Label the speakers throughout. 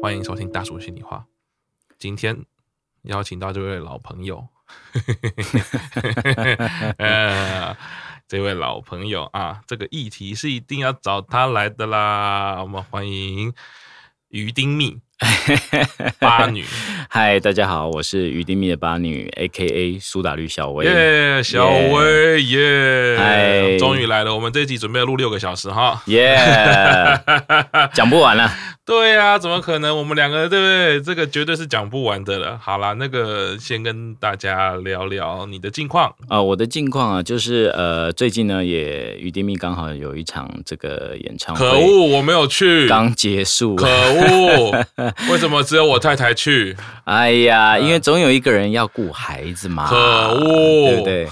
Speaker 1: 欢迎收听大叔心里话。今天邀请到这位老朋友，呃，这位老朋友啊，这个议题是一定要找他来的啦。我们欢迎于丁密八女，
Speaker 2: 嗨，大家好，我是于丁密的八女，A K A 苏打绿小薇。
Speaker 1: 耶，小薇耶，
Speaker 2: 嗨
Speaker 1: 终于来了。我们这一集准备要录六个小时哈。
Speaker 2: 耶，讲不完了。啊
Speaker 1: 对呀、怎么可能？我们两个对不对？这个绝对是讲不完的了。好啦，那个先跟大家聊聊你的近况。
Speaker 2: 呃，我的近况啊，就是呃，最近呢，也于丁密刚好有一场这个演唱会，
Speaker 1: 可恶，我没有去。
Speaker 2: 刚结束。啊
Speaker 1: 可 恶，为什么只有我太太去？
Speaker 2: 哎呀，因为总有一个人要顾孩子嘛，
Speaker 1: 嗯可
Speaker 2: 呃
Speaker 1: 恶
Speaker 2: 对不对？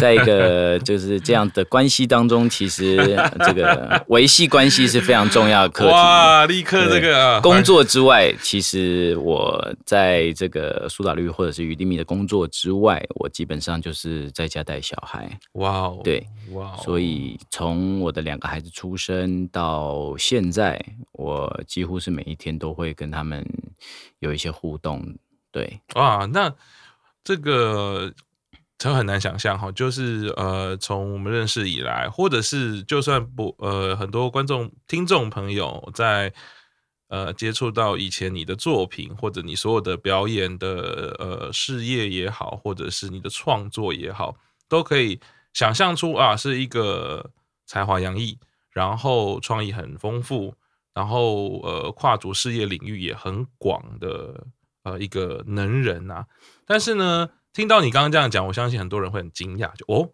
Speaker 2: 在一个就是这样的关系当中，其实呃这个维系关系是非常重要的课题。
Speaker 1: 哇，立刻这个啊
Speaker 2: 工作之外，其实我在这个苏打绿或者是于丁密的工作之外，我基本上就是在家带小孩。
Speaker 1: 哇哦，
Speaker 2: 对，
Speaker 1: 哇哦，
Speaker 2: 所以从我的两个孩子出生到现在，我几乎是每一天都会跟他们有一些互动。对，
Speaker 1: 哇，那这个真很难想象哈，就是呃，从我们认识以来，或者是就算不呃，很多观众、听众朋友在呃接触到以前你的作品，或者你所有的表演的呃事业也好，或者是你的创作也好，都可以想象出啊，是一个才华洋溢，然后创意很丰富，然后呃跨足事业领域也很广的呃一个能人啊。但是呢，听到你刚刚这样讲，我相信很多人会很惊讶，就哦，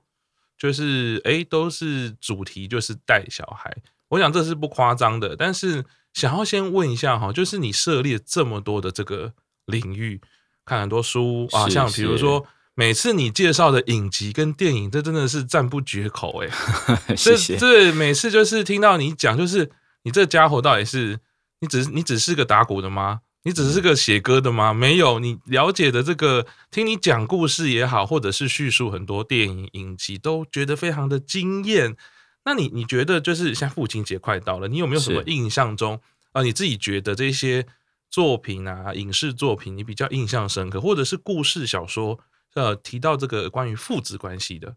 Speaker 1: 就是诶，都是主题就是带小孩，我想这是不夸张的。但是想要先问一下哈，就是你涉猎这么多的这个领域，看很多书啊，
Speaker 2: 是
Speaker 1: 像比如
Speaker 2: 是
Speaker 1: 说。每次你介绍的影集跟电影，这真的是赞不绝口诶。
Speaker 2: 谢谢
Speaker 1: 这。这每次就是听到你讲，就是你这家伙到底是你只是你只是个打鼓的吗？你只是个写歌的吗？没有，你了解的这个，听你讲故事也好，或者是叙述很多电影影集，都觉得非常的惊艳。那你你觉得就是像父亲节快到了，你有没有什么
Speaker 2: 是
Speaker 1: 印象中啊、呃你自己觉得这些作品啊，影视作品你比较印象深刻，或者是故事小说，呃，提到这个关于父子关系的，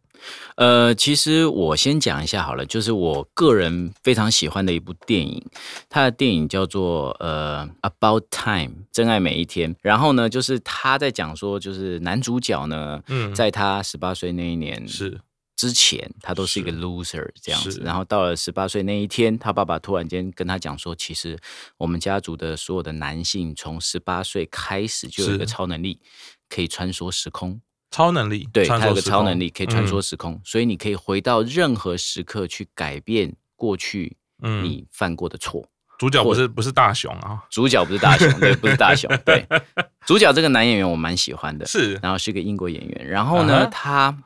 Speaker 2: 呃，其实我先讲一下好了，就是我个人非常喜欢的一部电影，它的电影叫做呃《About Time》真爱每一天。然后呢，就是他在讲说，就是男主角呢，
Speaker 1: 嗯，
Speaker 2: 在他十八岁那一年
Speaker 1: 是
Speaker 2: 之前，他都是一个 loser 这样
Speaker 1: 是
Speaker 2: 子。然后到了十八岁那一天，他爸爸突然间跟他讲说，其实我们家族的所有的男性从十八岁开始就有一
Speaker 1: 是
Speaker 2: 个超能力，可以穿梭时空。
Speaker 1: 超能力，
Speaker 2: 对，
Speaker 1: 穿
Speaker 2: 它有
Speaker 1: 梭
Speaker 2: 个
Speaker 1: 时
Speaker 2: 超
Speaker 1: 空
Speaker 2: 能力可以穿
Speaker 1: 嗯
Speaker 2: 梭时空，所以你可以回到任何时刻去改变过去
Speaker 1: 嗯
Speaker 2: 你犯过的错。
Speaker 1: 主角不
Speaker 2: 或
Speaker 1: 是不是大雄啊，
Speaker 2: 主角不是大雄，对，不是大雄，对，主角这个男演员我蛮喜欢的，
Speaker 1: 是
Speaker 2: 然后是个英国演员，然后
Speaker 1: 啊
Speaker 2: 呢
Speaker 1: 哈
Speaker 2: 他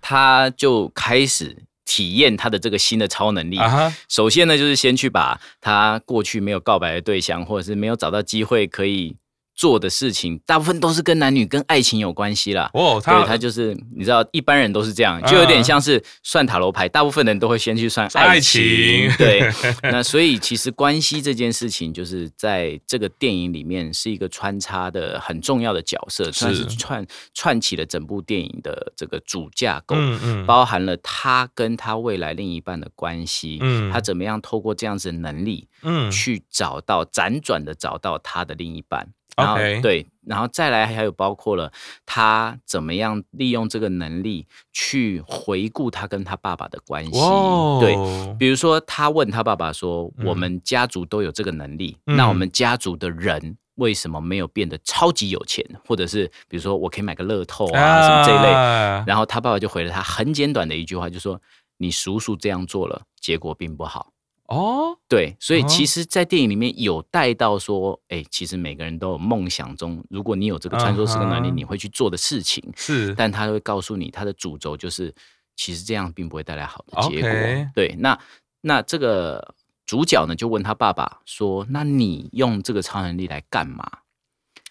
Speaker 2: 他就开始体验他的这个新的超能力。
Speaker 1: 啊哈，
Speaker 2: 首先呢，就是先去把他过去没有告白的对象，或者是没有找到机会可以做的事情，大部分都是跟男女、跟爱情有关系啦。
Speaker 1: 哦，
Speaker 2: 对，
Speaker 1: 他
Speaker 2: 他就是你知道，一般人都是这样，
Speaker 1: 啊
Speaker 2: 就有点像是算塔罗牌，大部分人都会先去算
Speaker 1: 算爱
Speaker 2: 爱情
Speaker 1: 情。
Speaker 2: 对，那所以其实关系这件事情，就是在这个电影里面是一个穿插的很重要的角色，算是串串起了整部电影的这个主架构。
Speaker 1: 嗯嗯，
Speaker 2: 包含了他跟他未来另一半的关系，
Speaker 1: 嗯
Speaker 2: 他怎么样透过这样子的能力，
Speaker 1: 嗯
Speaker 2: 去找到辗转的找到他的另一半。然后
Speaker 1: OK
Speaker 2: 对，然后再来还有包括了他怎么样利用这个能力去回顾他跟他爸爸的关系。
Speaker 1: 哇，哦啊
Speaker 2: 对，比如说他问他爸爸说：“我们家族都有这个能力，
Speaker 1: 嗯
Speaker 2: 那我们家族的人。”为什么没有变得超级有钱，或者是比如说我可以买个乐透啊什么这一类，
Speaker 1: 类，
Speaker 2: 然后他爸爸就回了他很简短的一句话，就说你叔叔这样做了，结果并不好。
Speaker 1: 哦，
Speaker 2: 对，所以
Speaker 1: 哦
Speaker 2: 其实，在电影里面有带到说，哎、其实每个人都有梦想中，如果你有这个穿梭时空能力
Speaker 1: 嗯哼
Speaker 2: 你会去做的事情。
Speaker 1: 是
Speaker 2: 但他会告诉你，他的主轴就是，其实这样并不会带来好的结果。
Speaker 1: OK
Speaker 2: 对，那那这个主角呢，就问他爸爸说：“那你用这个超能力来干嘛？”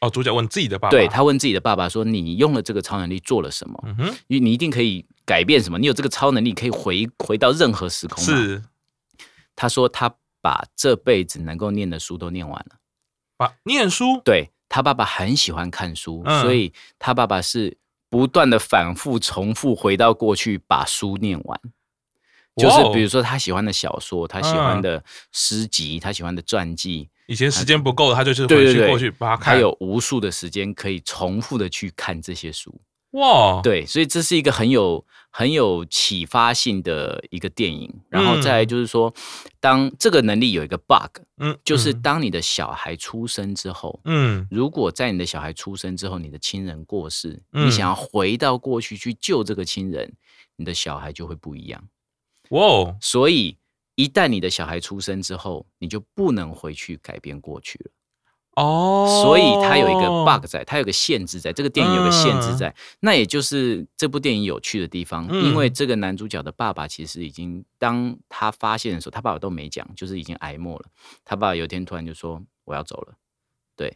Speaker 1: 哦，主角问自己的爸爸，
Speaker 2: 对，他问自己的爸爸说：“你用了这个超能力做了什么？
Speaker 1: 嗯哼，
Speaker 2: 你你一定可以改变什么？你有这个超能力，可以回回到任何时空嘛。”
Speaker 1: 是
Speaker 2: 他说他把这辈子能够念的书都念完了。
Speaker 1: 把念书，
Speaker 2: 对他爸爸很喜欢看书，
Speaker 1: 嗯
Speaker 2: 所以他爸爸是不断的反复重复回到过去把书念完。就是
Speaker 1: 哇哦嗯
Speaker 2: 比如说他喜欢的小说，他喜欢的诗集，他喜欢的传记，
Speaker 1: 以前时间不够，他就是
Speaker 2: 对
Speaker 1: 回
Speaker 2: 对
Speaker 1: 去
Speaker 2: 对，
Speaker 1: 过去把它
Speaker 2: 他
Speaker 1: 看。
Speaker 2: 有无数的时间可以重复的去看这些书。
Speaker 1: 哇，哦
Speaker 2: 对，所以这是一个很有很有启发性的一个电影。然后再来就是说，当这个能力有一个 bug，
Speaker 1: 嗯，
Speaker 2: 就是
Speaker 1: 嗯
Speaker 2: 当你的小孩出生之后，
Speaker 1: 嗯
Speaker 2: 如果在你的小孩出生之后，你的亲人过世，
Speaker 1: 嗯
Speaker 2: 你想要回到过去去救这个亲人，你的小孩就会不一样。
Speaker 1: 哇哦，
Speaker 2: 所以一旦你的小孩出生之后，你就不能回去改变过去了。
Speaker 1: 哦，
Speaker 2: 所以它有一个 bug 在，它有个限制在，这个电影有个限制在。那也就是这部电影有趣的地方，
Speaker 1: 嗯
Speaker 2: 因为这个男主角的爸爸其实已经，当他发现的时候，他爸爸都没讲，就是已经挨默了。他爸爸有一天突然就说：“我要走了。”对，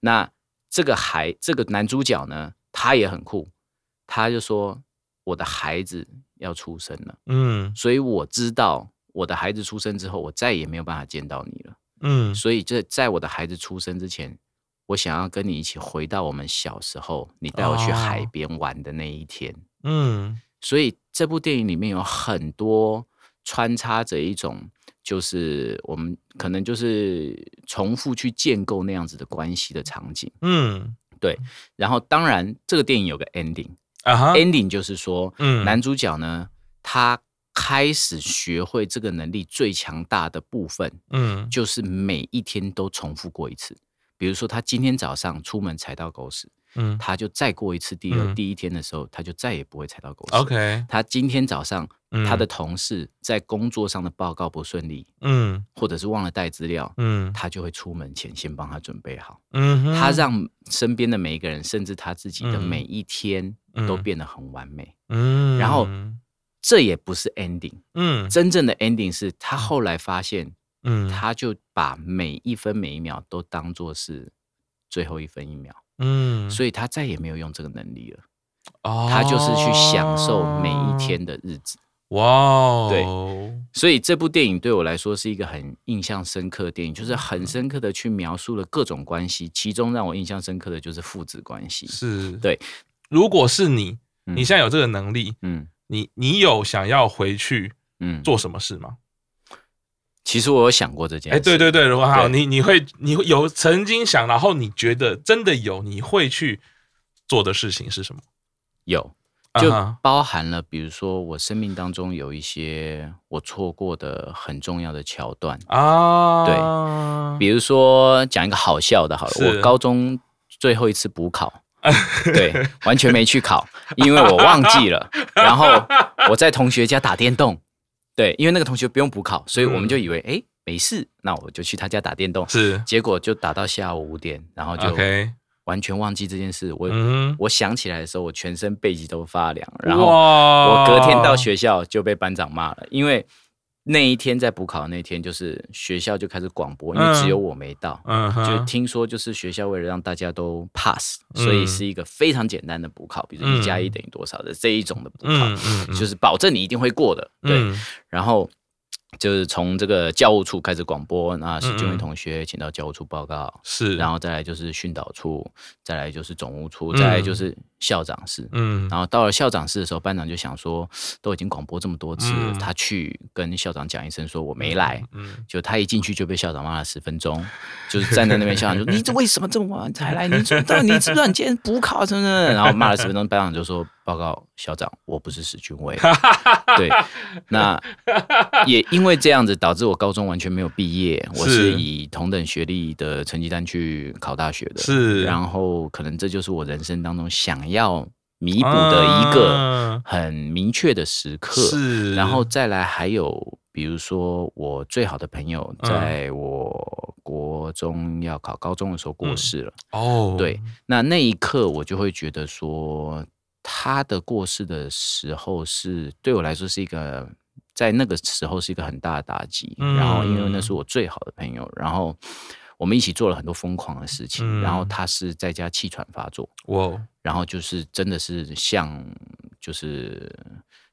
Speaker 2: 那这个孩这个男主角呢，他也很酷，他就说：“我的孩子要出生了，
Speaker 1: 嗯
Speaker 2: 所以我知道我的孩子出生之后，我再也没有办法见到你了。”
Speaker 1: 嗯
Speaker 2: 所以这在我的孩子出生之前，我想要跟你一起回到我们小时候，你带我去
Speaker 1: 哦
Speaker 2: 海边玩的那一天。
Speaker 1: 嗯
Speaker 2: 所以这部电影里面有很多穿插着一种，就是我们可能就是重复去建构那样子的关系的场景。
Speaker 1: 嗯
Speaker 2: 然后，当然这个电影有个 ending，ending、
Speaker 1: 啊哈，
Speaker 2: ending 就是说，
Speaker 1: 嗯
Speaker 2: 男主角呢，他开始学会这个能力最强大的部分，
Speaker 1: 嗯
Speaker 2: 就是每一天都重复过一次。比如说，他今天早上出门踩到狗屎，
Speaker 1: 嗯
Speaker 2: 他就再过一次第二、
Speaker 1: 嗯
Speaker 2: 第一天的时候，他就再也不会踩到狗屎。
Speaker 1: ，OK，
Speaker 2: 他今天早上、
Speaker 1: 嗯
Speaker 2: 他的同事在工作上的报告不顺利，
Speaker 1: 嗯
Speaker 2: 或者是忘了带资料，
Speaker 1: 嗯
Speaker 2: 他就会出门前先帮他准备好。
Speaker 1: 嗯哼，
Speaker 2: 他让身边的每一个人，甚至他自己的
Speaker 1: 嗯
Speaker 2: 每一天
Speaker 1: 嗯
Speaker 2: 都变得很完美。
Speaker 1: 嗯，
Speaker 2: 然后这也不是 ending，
Speaker 1: 嗯
Speaker 2: 真正的 ending 是他后来发现
Speaker 1: 嗯
Speaker 2: 他就把每一分每一秒都当做是最后一分一秒，
Speaker 1: 嗯，
Speaker 2: 所以他再也没有用这个能力了。
Speaker 1: 哦
Speaker 2: 他就是去享受每一天的日子。
Speaker 1: 哇哦，
Speaker 2: 对所以这部电影对我来说是一个很印象深刻的电影，
Speaker 1: 嗯
Speaker 2: 就是很深刻的去描述了各种关系，其中让我印象深刻的就是父子关系。
Speaker 1: 是，
Speaker 2: 对。
Speaker 1: 如果是你，
Speaker 2: 嗯
Speaker 1: 你现在有这个能力，
Speaker 2: 嗯
Speaker 1: 你你有想要回去
Speaker 2: 嗯，
Speaker 1: 做什么事吗？
Speaker 2: 其实我有想过这件
Speaker 1: 哎，
Speaker 2: 事。
Speaker 1: 对对对，如果好，
Speaker 2: 对
Speaker 1: 你你会你会有曾经想，然后你觉得真的有，你会去做的事情是什么？
Speaker 2: 有，
Speaker 1: 啊
Speaker 2: 就
Speaker 1: 哈
Speaker 2: 包含了，比如说我生命当中有一些我错过的很重要的桥段，
Speaker 1: 啊，
Speaker 2: 对比如说讲一个好笑的，好了，
Speaker 1: 是
Speaker 2: 我高中最后一次补考， 对，完全没去考，因为我忘 记了。然后我在同学家打电动，对，因为那个同学不用补考，所以我们
Speaker 1: 嗯
Speaker 2: 就以为哎、诶没事，那我就去他家打电动。
Speaker 1: 是
Speaker 2: 结果就打到下午五点，然后就
Speaker 1: OK，
Speaker 2: 完全忘记这件事。我、
Speaker 1: 嗯哼，
Speaker 2: 我想起来的时候，我全身背脊都发凉，然后
Speaker 1: 我
Speaker 2: 我隔天到学校就被班长骂了，因为那一天在补考的那天，就是学校就开始广播，因为只有我没到。
Speaker 1: 嗯哼，
Speaker 2: 就听说，就是学校为了让大家都 pass，、
Speaker 1: 嗯
Speaker 2: 所以是一个非常简单的补考，比如
Speaker 1: 嗯
Speaker 2: 一加一等于多少的这一种的补考，
Speaker 1: 嗯嗯，嗯
Speaker 2: 就是保证你一定会过的。对，
Speaker 1: 嗯
Speaker 2: 然后就是从这个教务处开始广播，那
Speaker 1: 嗯
Speaker 2: 是这位
Speaker 1: 嗯
Speaker 2: 同学请到教务处报告，
Speaker 1: 是，
Speaker 2: 然
Speaker 1: 后
Speaker 2: 后再来就是训导处，再来就是总务处，
Speaker 1: 嗯
Speaker 2: 再来就是校长室。
Speaker 1: 嗯
Speaker 2: 然后到了校长室的时候，班长就想说，都已经广播这么多次了，
Speaker 1: 嗯
Speaker 2: 他去跟校长讲一声，说我没来。
Speaker 1: 嗯
Speaker 2: 就他一进去就被校长骂了十分钟，就是站在那边，校长说：“你这为什么这么晚才来？你知道你知不知道你今天补考什么的？”然后骂了十分钟，班长就说：“报告校长，我不是史俊伟。” 对，那也因为这样子，导致我高中完全没有毕业，我
Speaker 1: 是
Speaker 2: 是以同等学历的成绩单去考大学的。
Speaker 1: 是
Speaker 2: 然后可能这就是我人生当中想要弥补的一个
Speaker 1: 啊
Speaker 2: 很明确的时刻。
Speaker 1: 是，
Speaker 2: 然后再来还有，比如说我最好的朋友，
Speaker 1: 嗯
Speaker 2: 在我国中要考高中的时候过世了。
Speaker 1: 哦，
Speaker 2: 对，那那一刻我就会觉得说，他的过世的时候是对我来说是一个。在那个时候是一个很大的打击，
Speaker 1: 嗯
Speaker 2: 然后因为那是我最好的朋友，然后我们一起做了很多疯狂的事情，
Speaker 1: 嗯哦
Speaker 2: 然后他是在家气喘发作，
Speaker 1: 我
Speaker 2: 然后就是真的是像就是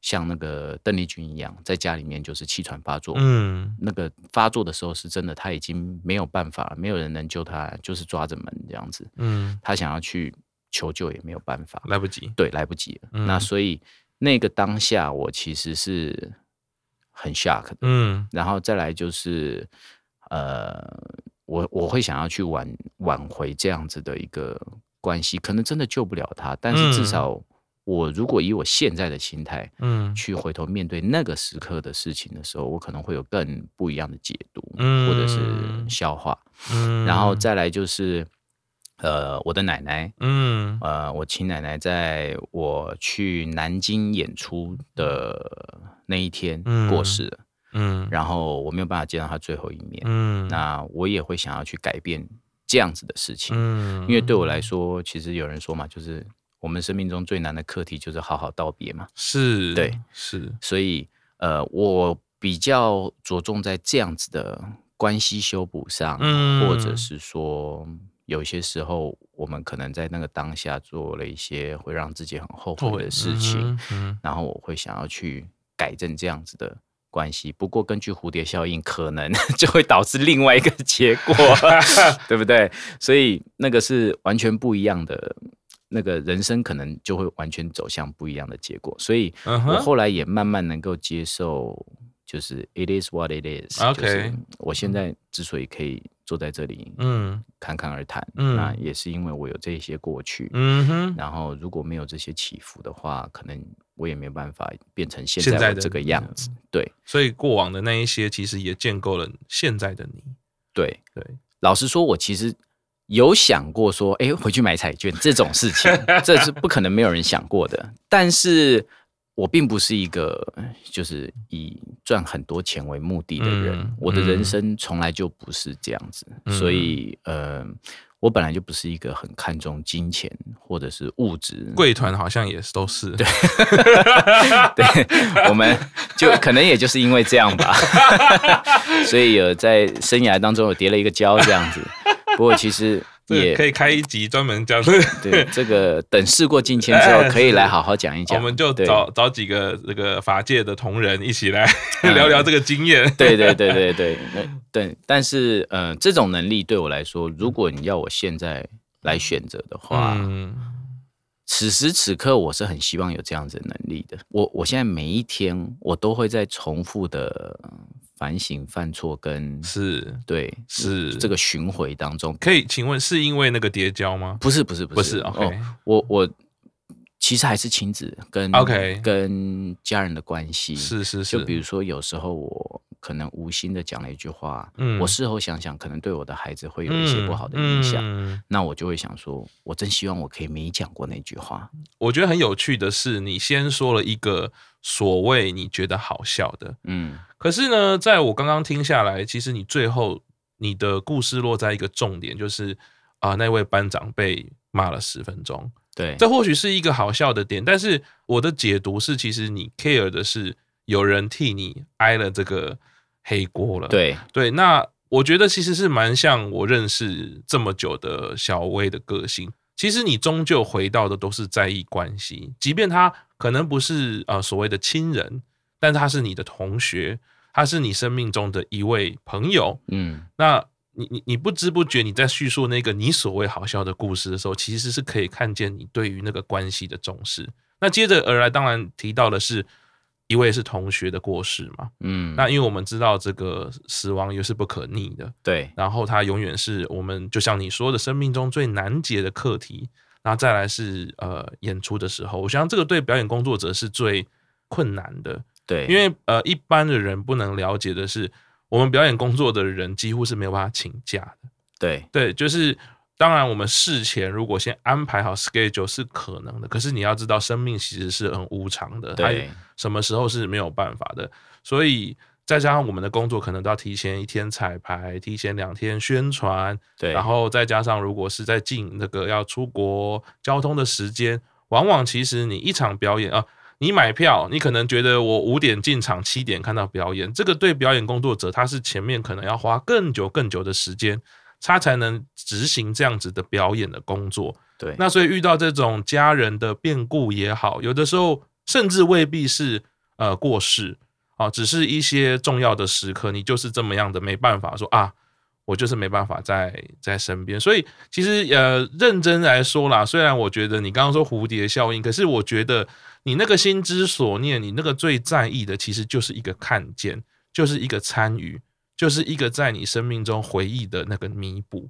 Speaker 2: 像那个邓丽君一样，在家里面就是气喘发作，
Speaker 1: 嗯，
Speaker 2: 那个发作的时候是真的，他已经没有办法了，没有人能救他，就是抓着门这样子。
Speaker 1: 嗯，
Speaker 2: 他想要去求救也没有办法，
Speaker 1: 来不及，
Speaker 2: 对，来不及了。
Speaker 1: 嗯
Speaker 2: 那所以那个当下，我其实是很 shock 的。
Speaker 1: 嗯
Speaker 2: 然后再来就是，呃，我我会想要去挽挽回这样子的一个关系，可能真的救不了他，但是
Speaker 1: 嗯
Speaker 2: 至少我如果以我现在的心态，
Speaker 1: 嗯
Speaker 2: 去回头面对那个时刻的事情的时候，我可能会有更不一样的解读，
Speaker 1: 嗯
Speaker 2: 或者是消化。
Speaker 1: 嗯，
Speaker 2: 然后再来就是，呃，我的奶奶，
Speaker 1: 嗯
Speaker 2: 呃，我亲奶奶，在我去南京演出的那一天
Speaker 1: 嗯
Speaker 2: 过世了，
Speaker 1: 嗯
Speaker 2: 然后我没有办法见到她最后一面，
Speaker 1: 嗯
Speaker 2: 那我也会想要去改变这样子的事情，
Speaker 1: 嗯，
Speaker 2: 因为对我来说，其实有人说嘛，就是我们生命中最难的课题就是好好道别嘛。
Speaker 1: 是，
Speaker 2: 对
Speaker 1: 是，
Speaker 2: 所以呃，我比较着重在这样子的关系修补上，啊
Speaker 1: 嗯
Speaker 2: 或者是说有些时候我们可能在那个当下做了一些会让自己很后
Speaker 1: 后
Speaker 2: 悔的事情，，
Speaker 1: 嗯
Speaker 2: 然后我会想要去改正这样子的。关系，不过根据蝴蝶效应，可能 就会导致另外一个结 果，对不对？所以那个是完全不一样的，那个人生可能就会完全走向不一样的结果。所以
Speaker 1: 嗯
Speaker 2: 我
Speaker 1: 哼，
Speaker 2: 后来也慢慢能够接受，就是 it is what it is。
Speaker 1: OK
Speaker 2: 就是我现在之所以可以坐在这里
Speaker 1: 嗯
Speaker 2: 侃侃而谈，
Speaker 1: 嗯
Speaker 2: 那也是因为我有这些过去。
Speaker 1: 嗯哼，
Speaker 2: 然后如果没有这些起伏的话，可能我也没有办法变成现
Speaker 1: 现在
Speaker 2: 在我
Speaker 1: 的
Speaker 2: 这个
Speaker 1: 你
Speaker 2: 样
Speaker 1: 嗯
Speaker 2: 子。对
Speaker 1: 所以过往的那一些其实也建构了现在的你，
Speaker 2: 对，
Speaker 1: 对，
Speaker 2: 老实说，我其实有想过说，哎，回去买彩券这种事 情，这是不可能没有人想过的。但是我并不是一个就是以赚很多钱为目的的人，
Speaker 1: 嗯
Speaker 2: 我的人
Speaker 1: 嗯
Speaker 2: 生从来就不是这样子，
Speaker 1: 嗯
Speaker 2: 所以呃，我本来就不是一个很看重金钱或者是物质。
Speaker 1: 贵团好像也是都是，对，
Speaker 2: 对， 我们就可能也就是因为这样吧， 所以有在生涯当中有跌了一个跤这样子。不过其实也
Speaker 1: 这可以开一集专门讲这个。
Speaker 2: 对，这个等事过境迁之
Speaker 1: 哎
Speaker 2: 后，可以
Speaker 1: 是
Speaker 2: 来好好讲一讲。
Speaker 1: 哎我们就
Speaker 2: 对哎
Speaker 1: 找找几个这个法界的同仁一起来 聊聊这个经验。
Speaker 2: 对对对对对， 那对，但是呃，这种能力对我来说，如果你要我现在来选择的话，
Speaker 1: 嗯
Speaker 2: 此时此刻我是很希望有这样子的能力的。我我现在每一天，我都会在重复的反省、犯错跟
Speaker 1: 是
Speaker 2: 对
Speaker 1: 是
Speaker 2: 这个巡回当中，
Speaker 1: 可以，请问是因为那个叠胶吗？
Speaker 2: 不是不是不
Speaker 1: 不
Speaker 2: 是
Speaker 1: 是
Speaker 2: 哦
Speaker 1: ，OK，
Speaker 2: 我我其实还是亲子跟
Speaker 1: OK
Speaker 2: 跟家人的关系
Speaker 1: 是是，
Speaker 2: 就是比如说，有时候我可能无心的讲了一句话，
Speaker 1: 嗯
Speaker 2: 我事后想想，可能对我的孩子会有一些不好的影响。
Speaker 1: 嗯嗯
Speaker 2: 那我就会想说，我真希望我可以没讲过那句话。
Speaker 1: 我觉得很有趣的是，你先说了一个所谓你觉得好笑的，
Speaker 2: 嗯，
Speaker 1: 可是呢，在我刚刚听下来，其实你最后你的故事落在一个重点，就是啊、那位班长被骂了十分钟。
Speaker 2: 对，
Speaker 1: 这或许是一个好笑的点，但是我的解读是，其实你 care 的是有人替你挨了这个黑锅了。
Speaker 2: 对，
Speaker 1: 对，那我觉得其实是蛮像我认识这么久的小薇的个性。其实你终究回到的都是在意关系，即便他可能不是呃所谓的亲人，但他是你的同学，他是你生命中的一位朋友。
Speaker 2: 嗯，
Speaker 1: 那你你你不知不觉你在叙述那个你所谓好笑的故事的时候，其实是可以看见你对于那个关系的重视。那接着而来，当然提到的是一位是同学的过世嘛。
Speaker 2: 嗯，
Speaker 1: 那因为我们知道这个死亡也是不可逆的，
Speaker 2: 对，
Speaker 1: 然后它永远是我们就像你说的，生命中最难解的课题。然后再来是呃演出的时候，我想这个对表演工作者是最困难的，
Speaker 2: 对，
Speaker 1: 因为呃，一般的人不能了解的是，我们表演工作的人几乎是没有办法请假的。
Speaker 2: 对，
Speaker 1: 对，就是当然我们事前如果先安排好 schedule 是可能的，可是你要知道，生命其实是很无常的，它
Speaker 2: 对，
Speaker 1: 什么时候是没有办法的。所以再加上我们的工作可能都要提前一天彩排，提前两天宣传，
Speaker 2: 对，
Speaker 1: 然后再加上如果是在进那个要出国交通的时间，往往其实你一场表演啊。你买票，你可能觉得我五点进场，七点看到表演，这个对表演工作者他是前面可能要花更久更久的时间，他才能执行这样子的表演的工作。
Speaker 2: 对，
Speaker 1: 那所以遇到这种家人的变故也好，有的时候甚至未必是呃过世啊，只是一些重要的时刻，你就是这么样的没办法说啊，我就是没办法在在身边。所以其实呃，认真来说啦，虽然我觉得你刚刚说蝴蝶效应，可是我觉得你那个心之所念，你那个最在意的，其实就是一个看见，就是一个参与，就是一个在你生命中回忆的那个弥补。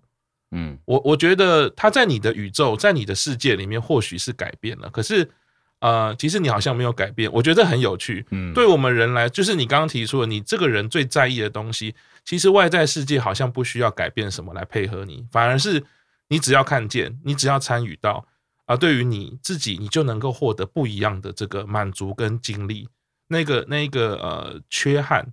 Speaker 2: 嗯，
Speaker 1: 我我觉得它在你的宇宙，在你的世界里面或许是改变了，可是呃，其实你好像没有改变。我觉得很有趣，
Speaker 2: 嗯
Speaker 1: 对我们人来，就是你刚刚提出的，你这个人最在意的东西，其实外在世界好像不需要改变什么来配合你，反而是你只要看见，你只要参与到啊、对于你自己，你就能够获得不一样的这个满足跟经历，那个那个呃缺憾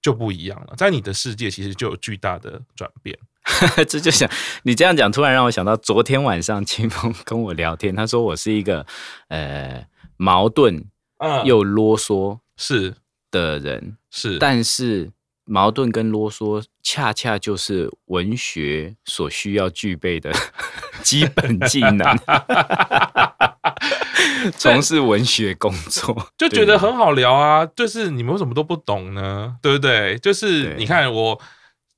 Speaker 1: 就不一样了，在你的世界其实就有巨大的转变。
Speaker 2: 这就想你这样讲，突然让我想到昨天晚上清风跟我聊天，他说我是一个呃矛盾
Speaker 1: 嗯
Speaker 2: 又啰嗦
Speaker 1: 是
Speaker 2: 的人，
Speaker 1: 是，
Speaker 2: 但是矛盾跟啰嗦恰恰就是文学所需要具备的 基本技能。从事文学工作
Speaker 1: 就觉得很好聊啊，就是你们为什么都不懂呢？对不对？就是
Speaker 2: 对
Speaker 1: 你看我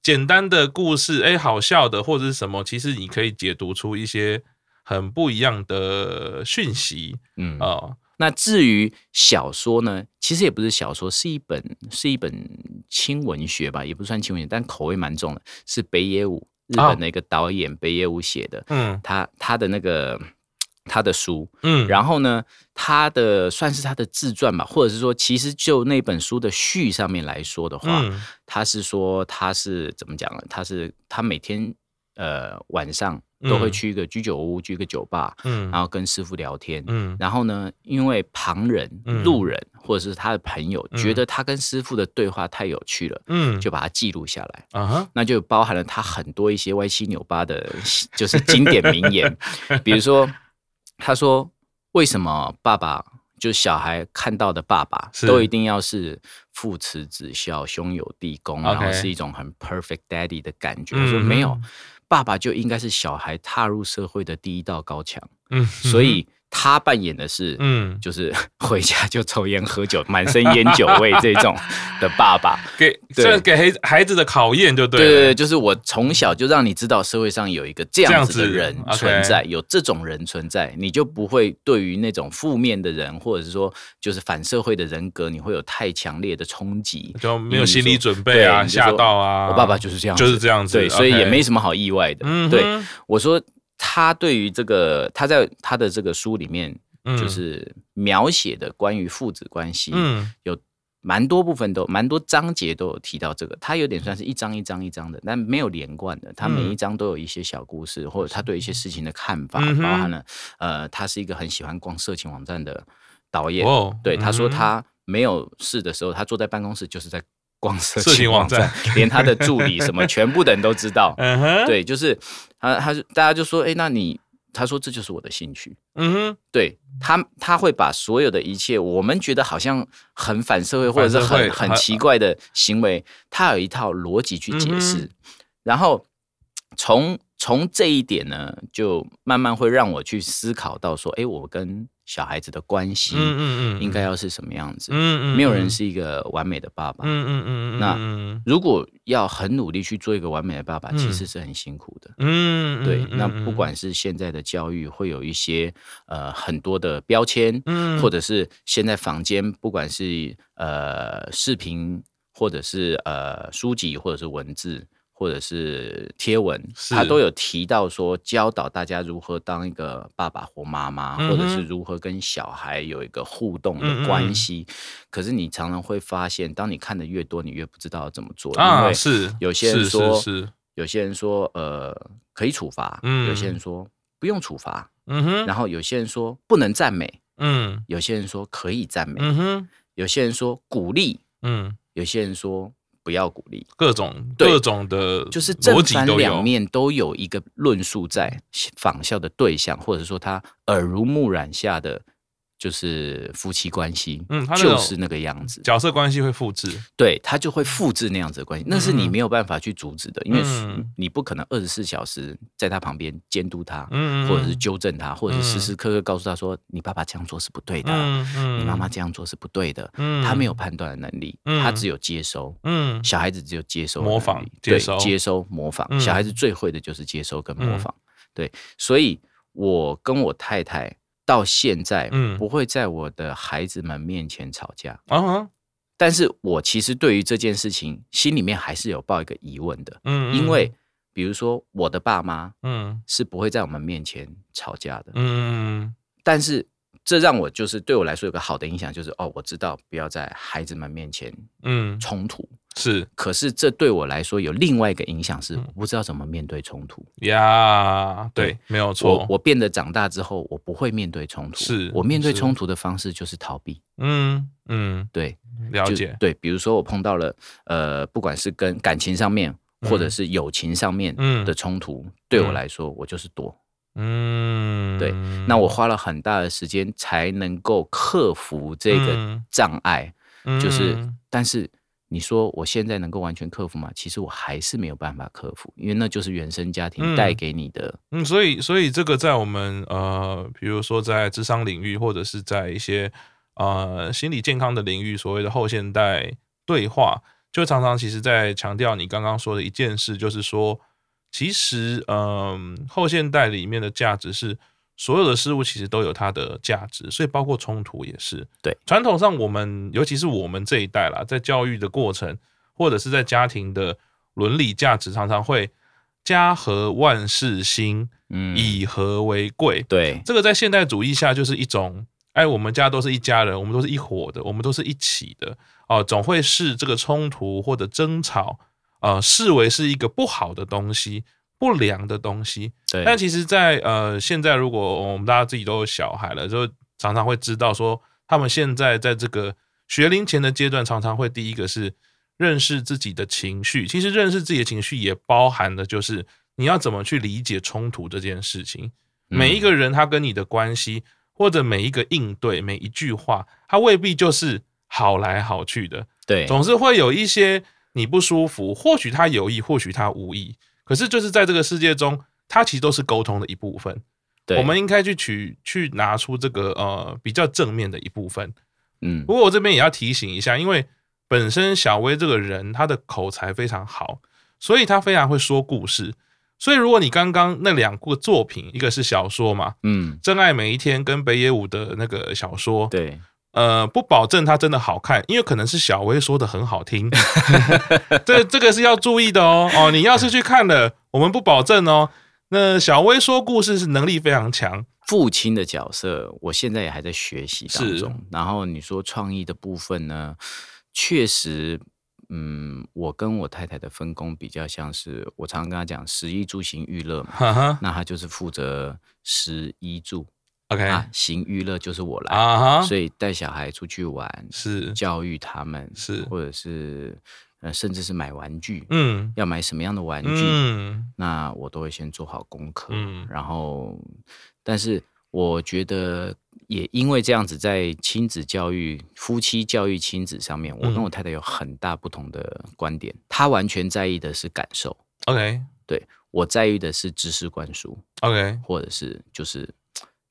Speaker 1: 简单的故事，哎，好笑的或者是什么，其实你可以解读出一些很不一样的讯息
Speaker 2: 嗯
Speaker 1: 啊、哦
Speaker 2: 那至于小说呢，其实也不是小说，是一本是一本轻文学吧，也不算轻文学，但口味蛮重的，是北野武日
Speaker 1: 啊
Speaker 2: 本的一个导演北野武写的，
Speaker 1: 嗯
Speaker 2: 他他的那个他的书，
Speaker 1: 嗯，
Speaker 2: 然后呢，他的算是他的自传吧，或者是说，其实就那本书的序上面来说的话，
Speaker 1: 嗯
Speaker 2: 他是说他是怎么讲呢？他是他每天呃晚上都会
Speaker 1: 嗯
Speaker 2: 去一个居酒屋、去一个酒吧，
Speaker 1: 嗯
Speaker 2: 然后跟师傅聊天，
Speaker 1: 嗯
Speaker 2: 然后呢，因为旁人、
Speaker 1: 嗯
Speaker 2: 路人或者是他的朋友、
Speaker 1: 嗯
Speaker 2: 觉得他跟师傅的对话太有趣了，
Speaker 1: 嗯，
Speaker 2: 就把它记录下来。
Speaker 1: 啊哈，
Speaker 2: 那就包含了他很多一些歪七扭八的，就是经典名言，比如说他说为什么爸爸就小孩看到的爸爸
Speaker 1: 是
Speaker 2: 都一定要是父慈子孝、兄友弟恭，
Speaker 1: OK
Speaker 2: 然后是一种很 perfect daddy 的感觉。
Speaker 1: 嗯
Speaker 2: 我说没有
Speaker 1: 嗯，
Speaker 2: 爸爸就应该是小孩踏入社会的第一道高墙，
Speaker 1: 嗯，
Speaker 2: 所以他扮演的是
Speaker 1: 嗯，
Speaker 2: 就是 回家就抽烟喝酒，满身烟酒味这种的爸爸。
Speaker 1: 给
Speaker 2: 对
Speaker 1: 这给孩孩子的考验就 对
Speaker 2: 对对
Speaker 1: 了，
Speaker 2: 对，就是我从小就让你知道社会上有一个这样子的人
Speaker 1: 这样子
Speaker 2: 存在，有这种人存在，你就不会对于那种负面的人，或者是说就是反社会的人格，你会有太强烈的冲击。
Speaker 1: 就没有心理准备
Speaker 2: 对
Speaker 1: 啊，
Speaker 2: 你就说
Speaker 1: 吓到啊，
Speaker 2: 我爸爸就是这样子，
Speaker 1: 就是这样子
Speaker 2: 对，所以
Speaker 1: OK
Speaker 2: 也没什么好意外的。
Speaker 1: 嗯哼
Speaker 2: 对，我说他对于这个，他在他的这个书里面，
Speaker 1: 嗯
Speaker 2: 就是描写的关于父子关系，
Speaker 1: 嗯
Speaker 2: 有蛮多部分都蛮多章节都有提到这个，它有点算是一章一章一章的，但没有连贯的，它
Speaker 1: 嗯
Speaker 2: 每一章都有一些小故事，或者他对一些事情的看法，
Speaker 1: 嗯哼
Speaker 2: 包含了呃，他是一个很喜欢逛色情网站的导演，
Speaker 1: 哦
Speaker 2: 对，他说
Speaker 1: 嗯哼
Speaker 2: 他没有事的时候，他坐在办公室就是在逛色
Speaker 1: 色情
Speaker 2: 情
Speaker 1: 网
Speaker 2: 网
Speaker 1: 站
Speaker 2: 站，连他的助理什么全部的人都 知道，
Speaker 1: 嗯哼，
Speaker 2: 对，就是他他就大家就说，哎，那你他说这就是我的兴趣，
Speaker 1: 嗯哼，
Speaker 2: 对他，他会把所有的一切，我们觉得好像很反社会或者是
Speaker 1: 反社会
Speaker 2: 很很
Speaker 1: 很
Speaker 2: 奇怪的行为，他有一套逻辑去解释。
Speaker 1: 嗯
Speaker 2: 然后从从这一点呢，就慢慢会让我去思考到说，哎，我跟小孩子的关系
Speaker 1: 嗯嗯嗯，
Speaker 2: 应该要是什么样子？
Speaker 1: 嗯嗯，
Speaker 2: 没有人
Speaker 1: 嗯
Speaker 2: 是一个完美的爸爸。
Speaker 1: 嗯嗯嗯嗯，
Speaker 2: 那
Speaker 1: 嗯
Speaker 2: 如果要很努力去做一个完美的爸爸，
Speaker 1: 嗯
Speaker 2: 其实是很辛苦的。
Speaker 1: 嗯，嗯
Speaker 2: 对，
Speaker 1: 嗯
Speaker 2: 那
Speaker 1: 嗯
Speaker 2: 不管是现在的教育会有一些呃很多的标签，
Speaker 1: 嗯
Speaker 2: 或者是现在坊间不管是呃视频，或者是呃书籍，或者是文字，或者是贴文，
Speaker 1: 是
Speaker 2: 它都有提到说教导大家如何当一个爸爸或妈妈，或者
Speaker 1: 嗯
Speaker 2: 是
Speaker 1: 哼
Speaker 2: 如何跟小孩有一个互动
Speaker 1: 嗯嗯
Speaker 2: 的
Speaker 1: 嗯
Speaker 2: 关系。可是你常常会发现，当你看的越多，你越不知道怎么做，因
Speaker 1: 啊
Speaker 2: 为
Speaker 1: 是
Speaker 2: 有些人
Speaker 1: 是
Speaker 2: 说
Speaker 1: 是是
Speaker 2: 有些人说呃可以处罚，
Speaker 1: 嗯
Speaker 2: 有些人说不用处罚，
Speaker 1: 嗯哼，
Speaker 2: 然后有些人说不能赞美，
Speaker 1: 嗯
Speaker 2: 有些人说可以赞美，
Speaker 1: 嗯哼
Speaker 2: 有些人说鼓励，
Speaker 1: 嗯，
Speaker 2: 有些人说不要鼓励，
Speaker 1: 各种
Speaker 2: 对
Speaker 1: 各种的
Speaker 2: 就是正
Speaker 1: 呃逻辑
Speaker 2: 反
Speaker 1: 都有
Speaker 2: 两，面都有一个论述在仿效的对象，或者说他耳濡目染下的就是夫妻关系，
Speaker 1: 嗯他那种
Speaker 2: 就是那个样子，
Speaker 1: 角色关系会复制，
Speaker 2: 对他就会复制那样子的关系，那是你没有办法去阻止的，因为
Speaker 1: 嗯
Speaker 2: 你不可能二十四小时在他旁边监督他，
Speaker 1: 嗯，嗯
Speaker 2: 或者是纠正他，或者
Speaker 1: 嗯
Speaker 2: 是时时刻刻告诉他说你爸爸这样做是不对的，
Speaker 1: 嗯嗯，
Speaker 2: 你妈妈这样做是不对的，
Speaker 1: 嗯，
Speaker 2: 他没有判断的能力，
Speaker 1: 嗯
Speaker 2: 他只有接收。
Speaker 1: 嗯
Speaker 2: 小孩子只有接收的
Speaker 1: 模
Speaker 2: 能
Speaker 1: 仿
Speaker 2: 力
Speaker 1: 接
Speaker 2: 对
Speaker 1: 收
Speaker 2: 接收模仿。
Speaker 1: 嗯
Speaker 2: 小孩子最会的就是接收跟模
Speaker 1: 嗯
Speaker 2: 仿，对。所以，我跟我太太到现在
Speaker 1: 嗯
Speaker 2: 不会在我的孩子们面前吵架，
Speaker 1: 啊哈
Speaker 2: 但是我其实对于这件事情心里面还是有抱一个疑问的，
Speaker 1: 嗯，
Speaker 2: 因为比如说我的爸妈
Speaker 1: 嗯
Speaker 2: 是不会在我们面前吵架的，
Speaker 1: 嗯
Speaker 2: 但是这让我就是对我来说有个好的影响，就是哦，我知道不要在孩子们面前
Speaker 1: 嗯
Speaker 2: 冲突。
Speaker 1: 是
Speaker 2: 可是这对我来说有另外一个影响，
Speaker 1: 嗯
Speaker 2: 是我不知道怎么面对冲突。
Speaker 1: 呀，对
Speaker 2: 对，
Speaker 1: 没有
Speaker 2: 我
Speaker 1: 错，
Speaker 2: 我变得长大之后，我不会面对冲突，
Speaker 1: 是
Speaker 2: 我面对
Speaker 1: 是
Speaker 2: 冲突的方式就是逃避。
Speaker 1: 嗯嗯
Speaker 2: 对，
Speaker 1: 了
Speaker 2: 就
Speaker 1: 解，
Speaker 2: 对，比如说我碰到了呃，不管是跟感情上面
Speaker 1: 嗯
Speaker 2: 或者是友情上面
Speaker 1: 嗯
Speaker 2: 的冲突，对我
Speaker 1: 嗯
Speaker 2: 来说我就是躲。
Speaker 1: 嗯，
Speaker 2: 对那我花了很大的时间才能够克服这个
Speaker 1: 嗯
Speaker 2: 障碍，就是，
Speaker 1: 嗯
Speaker 2: 但是你说我现在能够完全克服吗？其实我还是没有办法克服，因为那就是原生家庭
Speaker 1: 嗯
Speaker 2: 带给你的。
Speaker 1: 嗯，所以所以这个在我们呃，比如说在智商领域，或者是在一些呃心理健康的领域，所谓的后现代对话，就常常其实在强调你刚刚说的一件事，就是说，其实嗯、后现代里面的价值是所有的事物其实都有它的价值，所以包括冲突也是。
Speaker 2: 对，
Speaker 1: 传统上我们尤其是我们这一代啦，在教育的过程或者是在家庭的伦理价值，常常会家和万事兴，
Speaker 2: 嗯，
Speaker 1: 以和为贵。
Speaker 2: 对
Speaker 1: 这个在现代主义下就是一种，哎，我们家都是一家人，我们都是一伙的，我们都是一起的哦、总会视这个冲突或者争吵，呃，视为是一个不好的东西、不良的东西。
Speaker 2: 对，
Speaker 1: 但其实在，呃现在，如果我们大家自己都有小孩了，就常常会知道说，他们现在在这个学龄前的阶段，常常会第一个是认识自己的情绪。其实认识自己的情绪也包含的就是你要怎么去理解冲突这件事情。每一个人他跟你的关系，或者每一个应对，每一句话，他未必就是好来好去的。
Speaker 2: 对
Speaker 1: 总是会有一些你不舒服，或许他有意，或许他无意，可是就是在这个世界中，它其实都是沟通的一部分。
Speaker 2: 对，
Speaker 1: 我们应该去取去拿出这个呃比较正面的一部分。
Speaker 2: 嗯
Speaker 1: 不过我这边也要提醒一下，因为本身小薇这个人她的口才非常好，所以她非常会说故事。所以如果你刚刚那两部作品，一个是小说嘛，
Speaker 2: 嗯
Speaker 1: 《真爱每一天》跟北野武的那个小说，
Speaker 2: 对
Speaker 1: 呃，不保证它真的好看，因为可能是小薇说的很好 听， 这这个是要注意的哦。哦，你要是去看了，我们不保证哦。那小薇说故事是能力非常强，
Speaker 2: 父亲的角色，我现在也还在学习当
Speaker 1: 是
Speaker 2: 中。然后你说创意的部分呢，确实，嗯，我跟我太太的分工比较像是，我常常跟她讲食衣住行娱乐 嘛，
Speaker 1: 哈哈
Speaker 2: 那她就是负责食衣住
Speaker 1: ，OK
Speaker 2: 啊
Speaker 1: 啊，
Speaker 2: 行娱乐就是我来，
Speaker 1: 哈，
Speaker 2: 所以带小孩出去玩，
Speaker 1: 是，
Speaker 2: 教育他们，
Speaker 1: 是
Speaker 2: 或者是呃，甚至是买玩具，
Speaker 1: 嗯
Speaker 2: 要买什么样的玩具，
Speaker 1: 嗯
Speaker 2: 那我都会先做好功课，
Speaker 1: 嗯
Speaker 2: 然后，但是我觉得也因为这样子，在亲子教育、夫妻教育、亲子上面，我跟
Speaker 1: 嗯
Speaker 2: 我太太有很大不同的观点。她完全在意的是感受，
Speaker 1: ，OK
Speaker 2: 我在意的是知识灌输，
Speaker 1: OK，
Speaker 2: 或者是就是